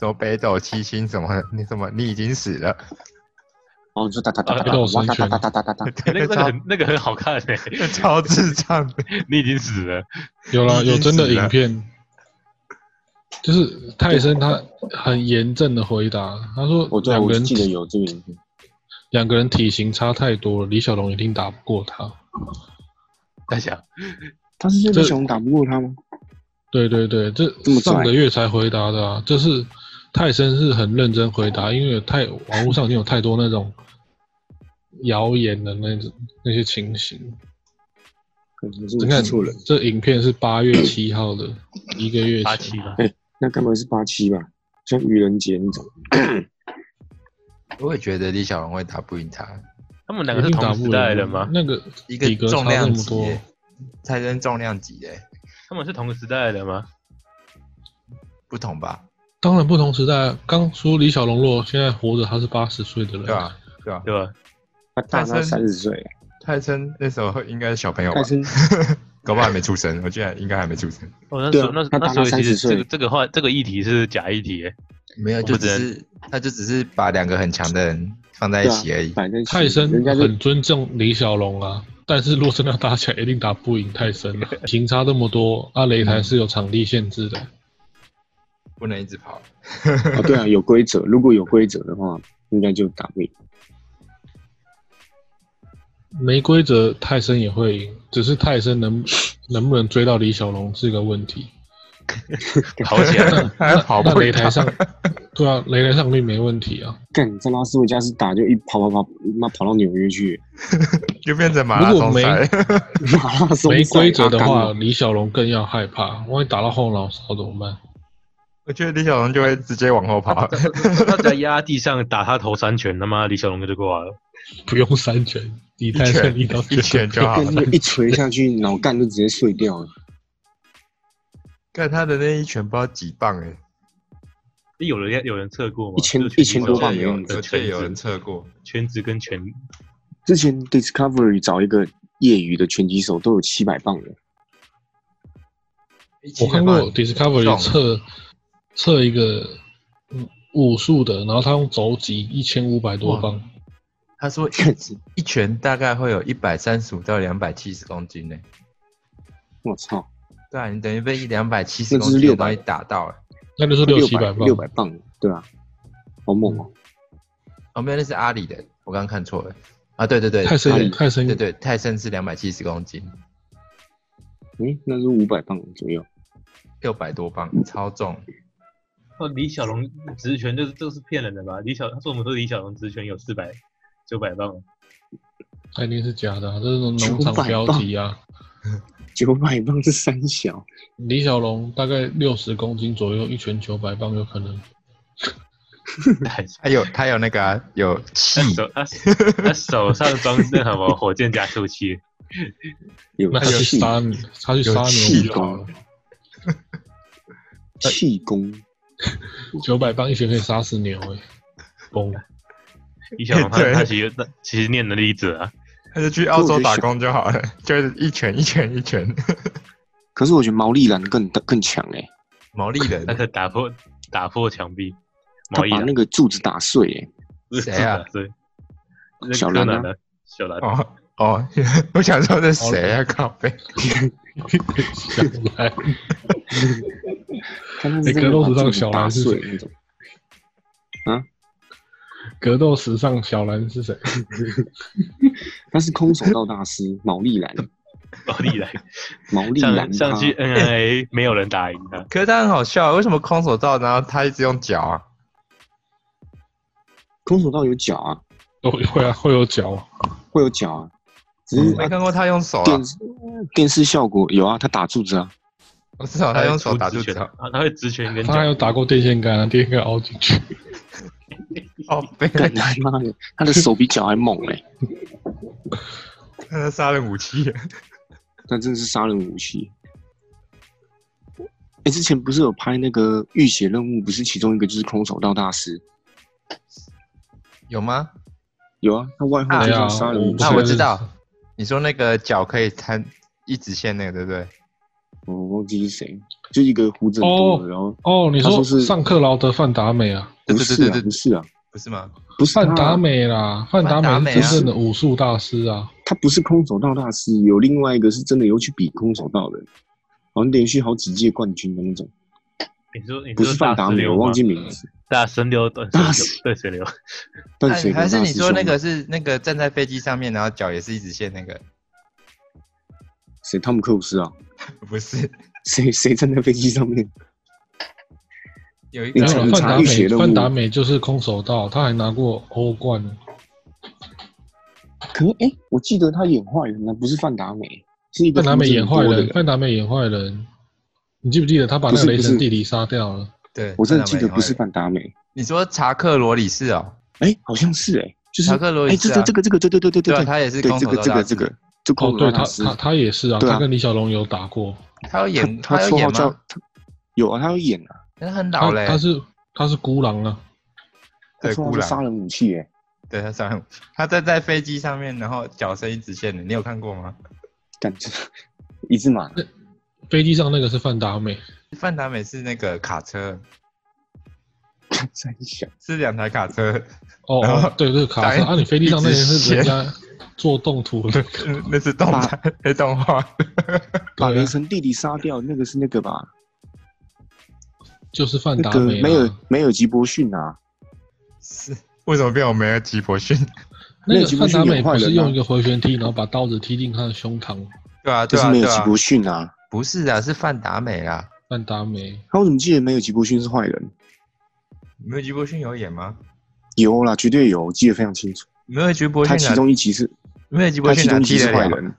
E: 什么北斗七星什么的，你什么你已经死了，
D: 啊
B: 哦，就打打打打
A: 打
B: 打，
A: 到
B: 哇
A: 神
B: 打
A: 拳
B: 打打打 打打，
D: 欸那个那个
E: 超
D: 很那个很好看诶、
E: 超智障的。
D: 你已经死了。
A: 有啦，
E: 已经
A: 有真的
E: 死了
A: 影片，就是泰森他很严正的回答，他说
B: 我对啊
A: 两
B: 我
A: 个人
B: 记得有这个影片，
A: 两个人体型差太多了，李小龙一定打不过他。
D: 在想，
B: 他是说
A: 这
B: 李小龙打不过他吗？
A: 对对对，这
B: 这么拽
A: 上个月才回答的啊，这是泰森是很认真回答，因为有太网络上已经有太多那种谣言的那种那些情形。
B: 可能是
A: 你
B: 我
A: 看
B: 记错了，
A: 这影片是八月七号的，一个月
D: 八
A: 前。
D: 七吧，
B: 那该不会是八七吧？像愚人节那种，
E: 我也觉得李小龙会打不赢他，
D: 他们两
A: 一
D: 个是
A: 定打
D: 同
A: 不
D: 时
A: 赢
D: 代的吗？
A: 那个
E: 一个
A: 体格
E: 重
A: 差这
E: 量
A: 么
E: 级
A: 多，
E: 耶，才跟重量级哎，
D: 他们是同时代的吗？
E: 不同吧？
A: 当然不同时代啊。刚说李小龙若现在活着，他是八十岁的人，
E: 对
B: 啊
E: 吧？对吧？
D: 对吧？
B: 他大他
E: 泰森
B: 三十岁，啊
E: 泰森那时候应该是小朋友吧
B: 泰，森
E: 搞不好还没出生，我记得应该还没出生。
D: 哦，那
B: 对
D: 时
B: 啊
D: 候那
B: 他打
D: 那时候
B: 到
D: 其实
B: 30岁
D: 这个这个话这个议题是假议题、欸，
E: 没有，
D: 我
E: 就
D: 不
E: 只
D: 知
E: 是他就只是把两个很强的人放在一
B: 对啊
E: 起而已。
B: 摆在一起
A: 泰森
B: 人家就
A: 很尊重李小龙啊，但是若真的要打起来，一定打不赢泰森 啊。行差这么多，阿擂台是有场地限制的。
E: 不能一直跑。
B: 哦，对啊，有规则，如果有规则的话，应该就打不赢。
A: 没规则，泰森也会赢，只是泰森能能不能追到李小龙是个问题。
D: 跑起来 了
E: 还跑
A: 那
E: 步
A: 擂台上，对啊，擂台上并没问题啊。
B: 干，你在拉斯维加斯打就一跑跑跑，妈跑到纽 约去，
E: 就变成马拉
A: 如果
E: 松
A: 没
E: 赛，
B: 马拉松赛啊
A: 没规则的，
B: 阿
A: 话，
B: 甘
A: 李小龙更要害怕，万一打到后脑勺怎么办？
E: 我觉得李小龙就会直接往 后跑。
D: 他只要压地上打他头三拳，他妈李小龙就挂了。
A: 不用三拳，李泰森一刀
E: 一拳就好
B: 干那
E: 了
B: 个。一锤下去，脑干就直接碎掉了。
E: 看他的那一拳不知道几磅哎，
D: 诶有人有人测过吗？
B: 一千
D: 就是
B: 一千多
E: 我
B: 磅
E: 记
B: 没
E: 得有
B: 有
E: 人，
D: 的
E: 我记得有人
D: 圈子
E: 测过，
D: 圈子跟拳
B: 之前 Discovery 找一个业余的拳击手都有七百磅的，
A: 我看过
E: 重
A: Discovery 测测一个嗯武术的，然后他用肘击一千五百多磅，
E: 他说
B: 确实，
E: 一拳大概会有一百三十五到两百七十公斤呢。
B: 我操，
E: 对啊，你等于被一两百七十
B: 那就
E: 公
B: 是600
E: 斤的东西打到了。
A: 那就是六
B: 六
A: 七百磅
B: 六。百磅，对啊，好猛哦！
E: 哦，没有，那是阿里的，我刚刚看错了。啊，对对对，
A: 泰
E: 阿里
A: 森泰森
E: 对对，泰森是两百七十公斤，
A: 嗯
B: 诶、那是五百磅左右。
E: 六百多磅，
B: 嗯
E: 超重。
D: 哦，李小龙职权就是这个是骗人的吧？李小他说我们说李小龙职权有四百九百 磅，
A: 那一定是假的、啊，这是农场标题啊。
B: 九百磅是三小，
A: 李小龙大概六十公斤左右，一拳九百磅有可能。
E: 还有他有那个啊、有气
D: 他，手他他手上装是什么火箭加速器？
B: 有
A: 那他去
B: 气
A: 杀你，他去杀
E: 有
A: 牛
E: 气
A: 就好了。
B: 气功，
A: 九百磅一拳可以杀死牛哎、欸，崩！
D: 李小龙他
E: 对
D: 他其实他其实念能力者啊，
E: 他就去澳洲打工就好了，就是一拳一拳一拳。
B: 可是我觉得毛利兰更大更强诶、
E: 毛利人
D: 他可以打破打破墙壁，
B: 他
D: 毛衣
B: 把那个柱子打碎诶、
E: 谁啊
D: 对，那
B: 小
D: 柯
B: 兰
D: 南
B: 啊
D: 的小兰，
E: 哦哦，我想说这谁啊？靠背，
A: 想不来，
B: 他那是
A: 诶
B: 真的
A: 格
B: 把
A: 斗时
B: 柱
A: 尚
B: 子
A: 小
B: 打
A: 兰是
B: 碎
A: 谁
B: 那种。
A: 格斗时尚小兰是谁？
B: 他是空手道大师毛利 兰，
D: 毛 利来
B: 毛利兰
D: 上上
B: 他啊
D: 去 N I A 没有人打赢他，
E: 可是他很好笑啊，为什么空手道，然后他一直用脚
B: 嗯
E: 啊？
B: 空手道有脚啊，
A: 都会啊，会有脚啊。
B: 会有脚啊，只是
A: 嗯
E: 没
B: 啊
E: 看过他用手啊
B: 电，视电视效果有啊，他打柱子啊，
E: 我至少他用手打
D: 出
E: 就
D: 直
E: 知
D: 拳
E: 道。
D: 啊，他会直拳跟
A: 他还
D: 脚
A: 有打过电线杆啊，电线杆凹进去。
E: 哦， 被
B: 干他妈的，他的手比脚还猛欸嘞、
E: 他的杀人武器，
B: 那真是杀人武器。哎、之前不是有拍那个《浴血任务》，不是其中一个就是空手道大师？
E: 有吗？
B: 有啊，他外号
A: 啊
B: 就
A: 对啊
B: 叫杀人武器。
E: 啊，
A: 是
E: 我知道，你说那个脚可以摊一直线那个，对不对？
B: 我忘记是谁，就一个胡子很多的，然后
A: 哦，你
B: 他
A: 说
B: 说是
A: 上课劳德范达美啊？
E: 对
B: 不
E: 对
B: 是
E: 对
B: 啊，
E: 对
B: 不
E: 对，
B: 是啊，
E: 不是吗？
B: 不是
A: 范
B: 他
A: 达
B: 啊，
A: 美啦，范达美是真正的武术大师啊。
B: 他不是空手道大师，有另外一个是真的有去比空手道的，好像连续好几届冠军的那种。
D: 你说你
B: 不
D: 说
B: 是范达
D: 石
B: 美，
D: 榴
B: 我
D: 吗
B: 忘记名字。
D: 大神流短水
B: 大
D: 流对 水流，
B: 但
E: 哎
B: 谁
E: 还是你说那
B: 跟大师兄
E: 个是那个站在飞机上面，然后脚也是一直线那个？
B: 谁？汤姆克鲁斯啊？
E: 不是，
B: 谁谁站在飞机上面？
E: 有一
A: 没
E: 个
B: 啊你
A: 有
B: 查
A: 范达
B: 你查浴血
A: 美，
B: 任务
A: 范达美就是空手道，他还拿过欧冠。
B: 可哎、诶我记得他演坏人啊，不是范达美，是一个
A: 范达美演坏
B: 胡子很
A: 人，
B: 多的
A: 范达美演坏人，你记不记得他把那个
B: 不是
A: 雷
B: 不是
A: 神弟弟杀掉了？
E: 对，
B: 我真的
E: 站在
B: 记得
E: 美
B: 不是
E: 国
B: 范
E: 人
B: 达美，
E: 你说查克罗里士哦，
B: 哎、好像是哎、就是
E: 查克罗
B: 哎、
E: 里
B: 这
E: 士
B: 个
E: 啊，
B: 这个这个对对对对
E: 对啊，
B: 对，
E: 他也是
B: 对
E: 空
B: 这
E: 手
B: 个
E: 道
B: 这
E: 大
B: 个
E: 师
B: 这，个，这空
A: 哦，
B: 手
A: 对
B: 道
A: 他
B: 大师，
A: 他他也是啊，
B: 对啊
A: 他跟李小龙有打过，
E: 他有演，
B: 他
E: 有
B: 绰号
E: 演
B: 叫
E: 吗？
B: 他有啊，他有演啊，
E: 他很老
A: 他
E: 嘞，
A: 他是他是孤狼啊，
B: 他
E: 对
B: 绰
E: 孤
B: 号叫杀
E: 狼，
B: 人武器哎、
E: 对他杀人，他站在飞机上面，然后脚伸一直线的，你有看过吗？
B: 感觉一字马
A: 飞机上那个是范达美，
E: 范达美是那个卡车，
B: 三小，
E: 是两台卡车，
A: 哦
E: 然后
A: 哦，对对，卡
E: 一
A: 车啊，你飞机上那个是人家做动图的，
E: 那是动画，那是动画，
B: 把
A: 对
B: 雷
A: 啊，
B: 神弟弟杀掉那个是那个吧？
A: 就是范
B: 那
A: 达
B: 个
A: 美
B: 梅尔
A: 啊，
B: 梅尔吉伯逊啊，
E: 是为什么变我没有吉伯逊？
A: 那个
B: 吉
A: 范
B: 布逊
A: 达美
B: 演坏
A: 不是
B: 人啊
A: 用一个回旋踢，然后把刀子踢进他的胸膛，
E: 对啊，
B: 就
E: 对
B: 是
E: 啊，
B: 梅
E: 对
B: 尔吉
E: 啊，
B: 伯逊啊。
E: 不是啊，是范达美啦。
A: 范达美
B: 他我怎么记得梅尔吉伯逊是坏人？
E: 没有吉伯逊有演吗？
B: 有啦，绝对有，我记得非常清楚。
E: 没有吉伯
B: 他
E: 逊啊
B: 其
E: 哪？
B: 中一集是，
E: 没有吉伯
B: 他其
E: 逊
B: 中
E: 哪
B: 一
E: 踢
B: 集
E: 得
B: 是坏
E: 了？
B: 人，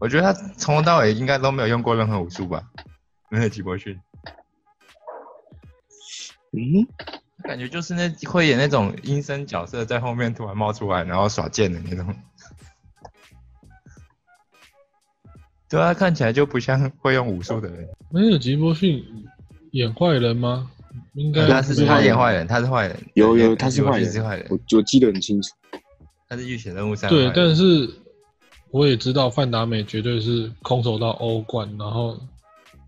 E: 我觉得他从头到尾应该都没有用过任何武术吧。没有吉伯逊，
B: 嗯，
E: 感觉就是那会演那种阴森角色，在后面突然冒出来，然后耍贱的那种。 对啊，看起来就不像会用武术的人。
A: 没有吉伯逊演坏人吗？应该
E: 他是
A: 没有
E: 他演坏人，他是坏人。
B: 有有
E: 对
B: 他是
E: 吉伯
B: 坏
E: 逊
B: 人
E: 是坏人
B: 我。我记得很清楚。
E: 他是浴血任务三。
A: 对，但是我也知道范达美绝对是空手道欧冠，然后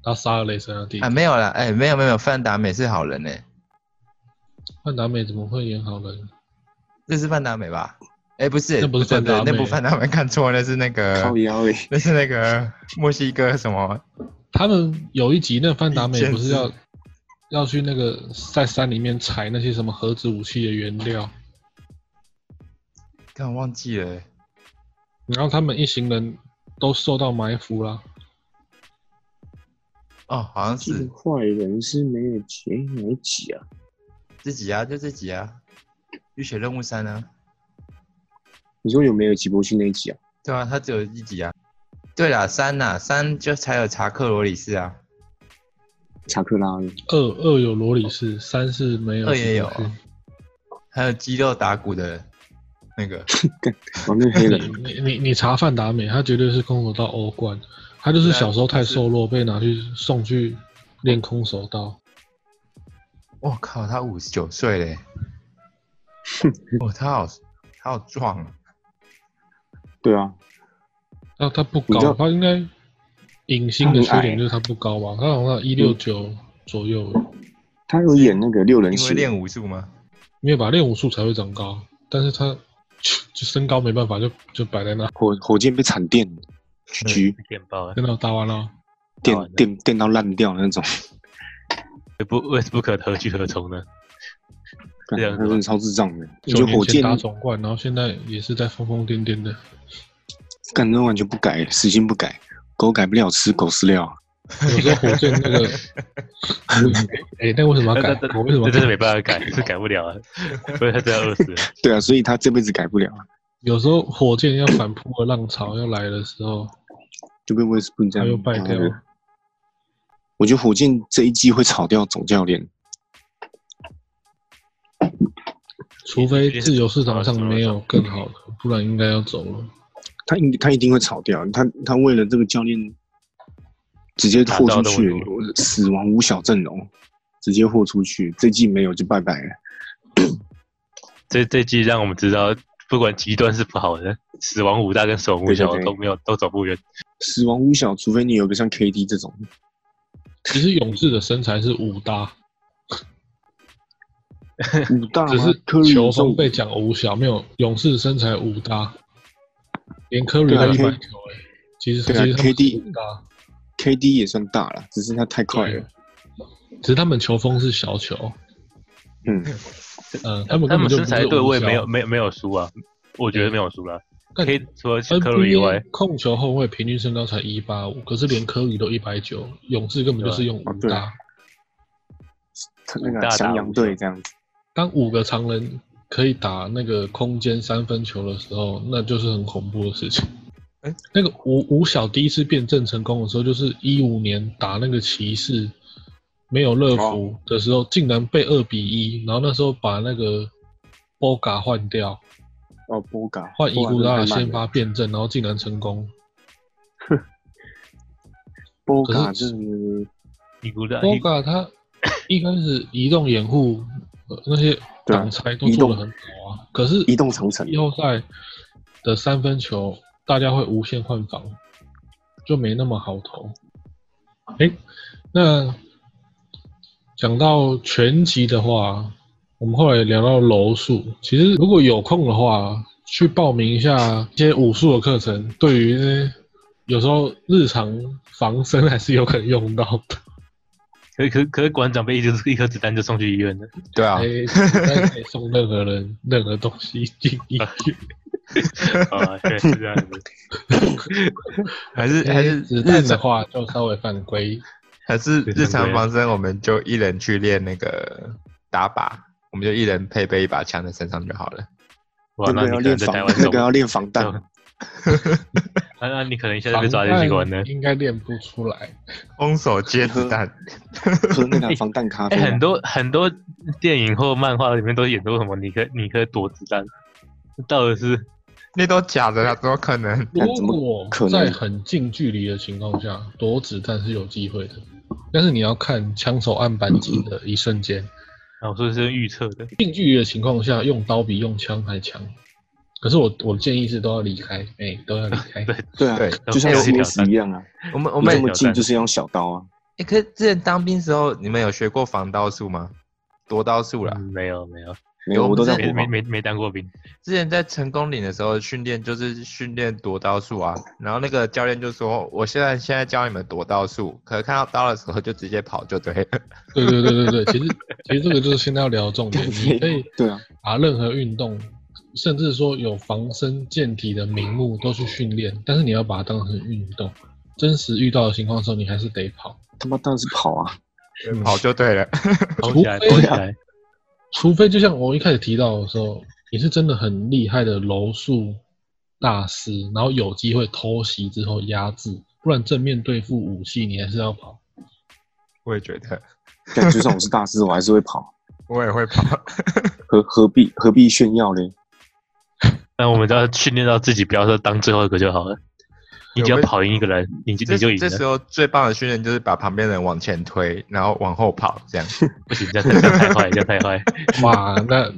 A: 他杀了雷神的弟弟
E: 啊。没有啦，哎、没有没有，范达美是好人欸呢、
A: 范达美怎么会演好人？
E: 这是范达美吧？哎、不是，
A: 那不是
E: 对
A: 范达
E: 对那
A: 美
E: 不范达美，看错了，那是那
B: 靠
E: 个，
B: 腰诶、欸
E: 那是那个墨西哥什么？
A: 他们有一集那范达美
E: 一件
A: 不是要
E: 事
A: 要去那个在山里面采那些什么核子武器的原料，
E: 看忘记了、
A: 然后他们一行人都受到埋伏啦。
E: 哦，好像
B: 记得
E: 是
B: 坏人是没有结哪一集啊？
E: 自己啊，就自己啊，浴血任务三啊，
B: 你说有没有吉伯逊那一集啊？
E: 对啊，他只有一集啊。对啦，三呐、三就才有查克罗里斯啊，
B: 查克拉的
A: 二二有罗里士，三是没有。
E: 哦二也有啊还有肌肉打鼓的那个，
B: 哦，那黑 人
A: 你你你你查范达美，他绝对是空手道欧冠，他就是
E: 啊
A: 小时候太瘦弱，被拿去送去练空手道。
E: 我靠，他五十九岁 嘞，哦，他好他好壮、啊，
B: 对啊，
A: 那他不
B: 你知
A: 高，
B: 道
A: 他应该隐性的缺
B: 他很矮
A: 点就是他不高吧？他好像一六九左右，
B: 他有演那个六人
E: 因为
B: 行，
E: 练武术吗？
A: 没有吧？练武术才会长高，但是他就身高没办法，就就摆在那，
B: 火火箭被惨电，
E: 嗯
B: 狙
D: 电啊爆了，
A: 跟他打完了。
D: 好
E: 哦
D: 的
B: 电电电到烂掉的那种，
E: 啊
D: 也 不我也是不可何去何从呢？这样
E: 啊
B: 干
D: 子
B: 他真的超智障的。我觉
A: 九
B: 得
A: 年
B: 火
A: 前
B: 箭
A: 打总冠，然后现在也是在疯疯癫癫的。
B: 干那完全不改，死性不改，狗改不了，吃狗饲料啊。
A: 有时候火箭 那个，哎、那为什么要
D: 这
A: 改
D: 这？
A: 我为什么
D: 这
A: 要
D: 真的
A: 改？
D: 没办 法改，是改不了啊，所以他真的饿死了。
B: 对啊，所以他这辈子改不了啊，
A: 有时候火箭要反扑的浪潮要来的时候，
B: 就被威斯布鲁这
A: 他
B: 样哦
A: 又败
B: 打
A: 掉
B: 的。我觉得火箭这一季会炒掉总教练，
A: 除非自由市场上没有更好的，不然应该要走了。
B: 他一他一定会炒掉。他他为了这个教练直接豁出去
D: 打造那么，
B: 死亡五小阵容直接豁出去，这季没有就拜拜了。
D: 这这季让我们知道，不管极端是不好的，死亡五大跟死亡五小
B: 对对对
D: 都没有都走不远。
B: 死亡五小，除非你有个像 KD 这 种，
A: 其实勇士的身材是五搭，
B: 五大
A: 只
B: 吗
A: 是
B: 科里
A: 球
B: 有这
A: 风
B: 种
A: 被讲五小，没有勇士身材五搭，连科瑞
B: 对啊
A: 都一百
B: K-
A: 球哎、其实其
B: 对啊
A: 实他们是
B: KD
A: 五搭，
B: KD 也算大了，只是他太快
A: 对
B: 了。
A: 只是他们球风是小球，
B: 嗯，
A: 嗯、他们
D: 他
A: 根
D: 们
A: 本就
D: 身
A: 不是
D: 材对位没有
A: 五小哎
D: 没有没有输啊，我觉得没有输啦。
A: 但
D: 可以除了科鲁以外
A: NBA，控球后卫平均身高才一八五，可是连科里都一百九，勇士根本就是用
B: 对啊
A: 五
B: 对
A: 搭
B: 啊。他那
D: 大
B: 个
D: 打
B: 翔阳
D: 五
B: 队
D: 小
B: 这样子，
A: 当五个常人可以打那个空间三分球的时候，那就是很恐怖的事情。
E: 诶
A: 那个吴吴晓第一次变阵成功的时候，就是一五年打那个骑士没有乐福
B: 哦
A: 的时候，竟然被二比一，然后那时候把那个波嘎换掉，
B: 哦，波嘎
A: 换伊古拉尔先，
B: 波嘎真的太慢了
A: 发变阵，然后竟然成功。
B: 波嘎
A: 可是
B: 就是
D: 尼啊古拉，
A: 波
D: 尼
A: 嘎他一开始移动掩护、呃那些
B: 对啊
A: 挡拆都
B: 移
A: 做
B: 动
A: 得很好啊，可是
B: 移动长城
A: 季，后赛的三分球，大家会无限换防，就没那么好投。
E: 嗯
A: 哎、那讲到拳击的话，我们后来聊到柔术，其实如果有空的话，去报名一下一些武术的课程，对于那些有时候日常防身还是有可能用到 的。
D: 可可可是馆长被一只一颗子弹就送去医院 了，
E: 对啊，
A: 哎、但是可以送任何人任何东西进医院。
D: 啊，对，是这样子。
E: 还是 还是
A: 子
E: 日
A: 弹的
E: 常
A: 话就稍微犯规，
E: 还是
D: 对
E: 日
D: 对
E: 常防身，我们就一人去练那个打靶，我们就一人配备一把枪在身上就好了。
D: 哇，那
B: 那
D: 你
B: 个要
D: 可能
B: 练
D: 在
B: 防
D: 台湾，
B: 那个要练防弹
D: 就， 啊那那你可能一下就被
A: 防
D: 抓进去关了
A: 弹。应该练不出来。
E: 空手接子 弹，
B: 喝那个防弹咖啡啊。
D: 哎，很多很多电影或漫画里面都演出什么尼克尼克躲子弹，到底是
E: 那都假的啦，怎么可能？
B: 那
A: 如
B: 怎么
A: 果
B: 可能
A: 在很近距离的情况下躲子弹是有机会的，但是你要看枪手按扳机的一瞬间，
D: 啊，我说是预测的，
A: 近距离的情况下用刀比用枪还强。可是我我建议是都要离开，哎、都要离开。
D: 对
B: 对啊
E: 对，
B: 就像
D: 都是一条
B: CS 一样啊，
E: 我们我
B: 我
E: 们
B: 这么
D: 挑
B: 近
D: 战
B: 就是要用小刀啊。
E: 欸可是之前当兵时候，你们有学过防刀术吗？夺刀术
B: 啊
E: 啦。
D: 嗯没有没有，
B: 没有，
E: 我们
B: 我都在火
E: 这
D: 没没
B: 防。
D: 没没当 过兵，
E: 之前在成功岭的时候训练，就是训练夺刀术啊。然后那个教练就说：“我现在现在教你们夺刀术，可是看到刀的时候就直接跑就对 了。
A: 对对对对对，其实其实这个就是现在要聊的重点，你可以
B: 对啊，
A: 把任何运动，甚至说有防身健体的名目都去训练，但是你要把它当成运动，真实遇到的情况的时候，你还是得跑，
B: 他妈当然是跑啊！
E: 跑就对了。
D: 偷起来，
E: 啊
D: 偷起来，
A: 除非就像我一开始提到的时候，你是真的很厉害的柔术大师，然后有机会偷袭之后压制，不然正面对付武器，你还是要 跑。
E: 我也觉得，
B: 但就算我是大师，我还是会跑，
E: 我也会跑。
B: 何何必何必炫耀嘞？
D: 那我们只要训练到自己，不要说当最后一个就好了。你只要跑赢一个人，你就
E: 这
D: 你就赢
E: 这时
D: 了。
E: 候最棒的训练就是把旁边的人往前推，然后往后跑，这样
D: 不行，这样这样太坏，这样太坏。
A: 哇，那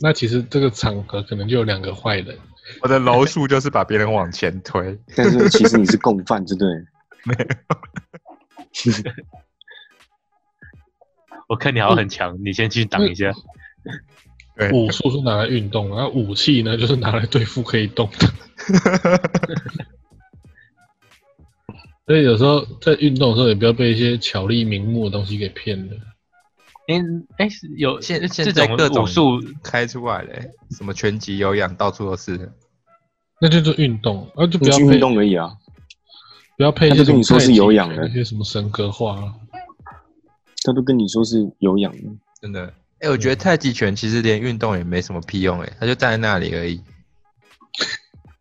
A: 那其实这个场合可能就有两个坏人，
E: 我的楼数就是把别人往前推。
B: 但是其实你是共犯，对不对？
D: 我看你
E: 嗯
D: 好像很强，你先去挡一下。
E: 对，
A: 武术是拿来运动的，然后武器呢就是拿来对付可以动的。 所以有时候在运动的时候，也不要被一些巧立名目的东西给骗了。
D: 哎哎，是有
E: 嗯现
D: 这
E: 现在
D: 种
E: 各种
D: 武术
E: 开出来嘞，什么拳击、有氧，到处都是。
A: 那就是运动，啊，就不
B: 你
A: 要
B: 去
A: 配
B: 运动而已啊，
A: 不要配一
B: 他
A: 些
B: 就跟你说是有氧的
A: 一些什么神格化啊，
B: 他都跟你说是有氧的，
E: 真的。哎、我觉得太极拳其实连运动也没什么屁用、哎，他就站在那里而已，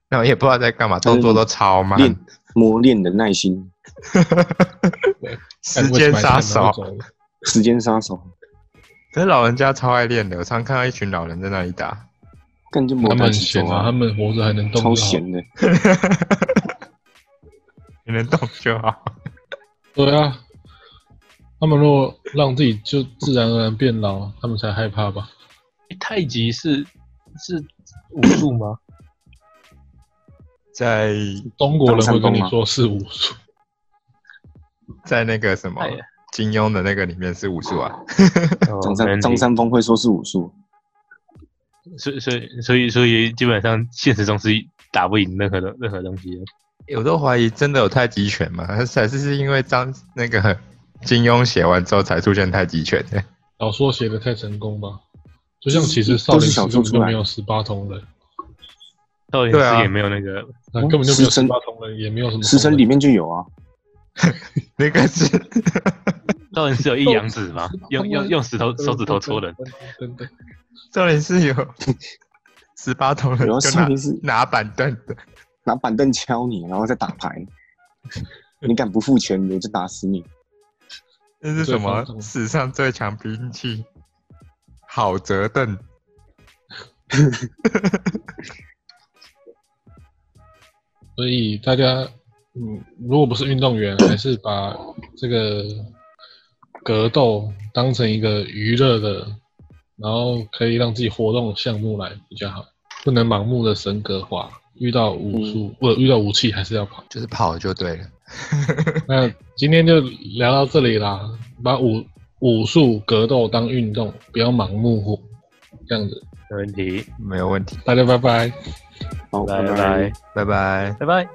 E: 然后也不知道在干嘛，动作都超慢，
B: 练磨练你的耐心，
A: 哎
E: 时间杀手。。
B: 时间杀手，
E: 可是老人家超爱练的，我常看到一群老人在那里打，
B: 干就
A: 他
B: 磨
A: 们
B: 得
A: 很
B: 起
A: 闲
B: 手
A: 啊，他们活着还能动就好
B: 超。闲的。
E: 你能动就好。
A: 对啊，他们如果让自己就自然而然变老，他们才害怕吧？
D: 太极是是武术 吗？
E: 在
A: 中国人会跟你
B: 当山
A: 说是武术，
E: 在那个什么
D: 哎呀
E: 金庸的那个里面是武术啊，
D: 哦
B: 张
D: 没
B: 三
D: 问
B: 张
D: 题
B: 三丰会说是武术，
D: 所以所以所以所以基本上现实中是打不赢任何的任何东西的。
E: 哎我都怀疑真的有太极拳吗？还是是因为张那个金庸写完之后才出现太极拳的？
A: 小说写的太成功吧？就像其实少
B: 都
A: 林
B: 是
A: 寺
B: 小
A: 根
B: 说
A: 本
B: 出
A: 就
B: 来
A: 没有十八铜人，
D: 少林
E: 对啊
D: 寺也没有那个，
A: 那
B: 哦
A: 根本就没有
B: 师
A: 十
B: 承
A: 八铜人，也没有什么铜人。
B: 师生里面就有啊。
E: 那个是
D: 少林寺有一阳指吗？用用用石头
A: 对
D: 手指头戳人，，
A: 真的。
E: 重点是有十八铜人
B: 有啊，
E: 就
B: 少
E: 拿
B: 林寺
E: 拿板凳的，
B: 拿板凳敲你，然后再打牌。你敢不付钱，我就打死你！
E: 那是什么
A: 最疯狂
E: 史上最强兵器？好折凳，
A: 所以大家，嗯，如果不是运动员，还是把这个格斗当成一个娱乐的，然后可以让自己活动的项目来比较好，不能盲目的神格化。遇到武术，或者遇到武器，还是要跑。
E: 就是跑就对了。
A: 那今天就聊到这里啦，把武武术格斗当运动，不要盲目，这样子。
D: 没问题。
E: 没有问题，
A: 大家拜拜。
B: 好，
D: 拜
B: 拜
D: 拜
E: 拜拜。
D: 拜拜。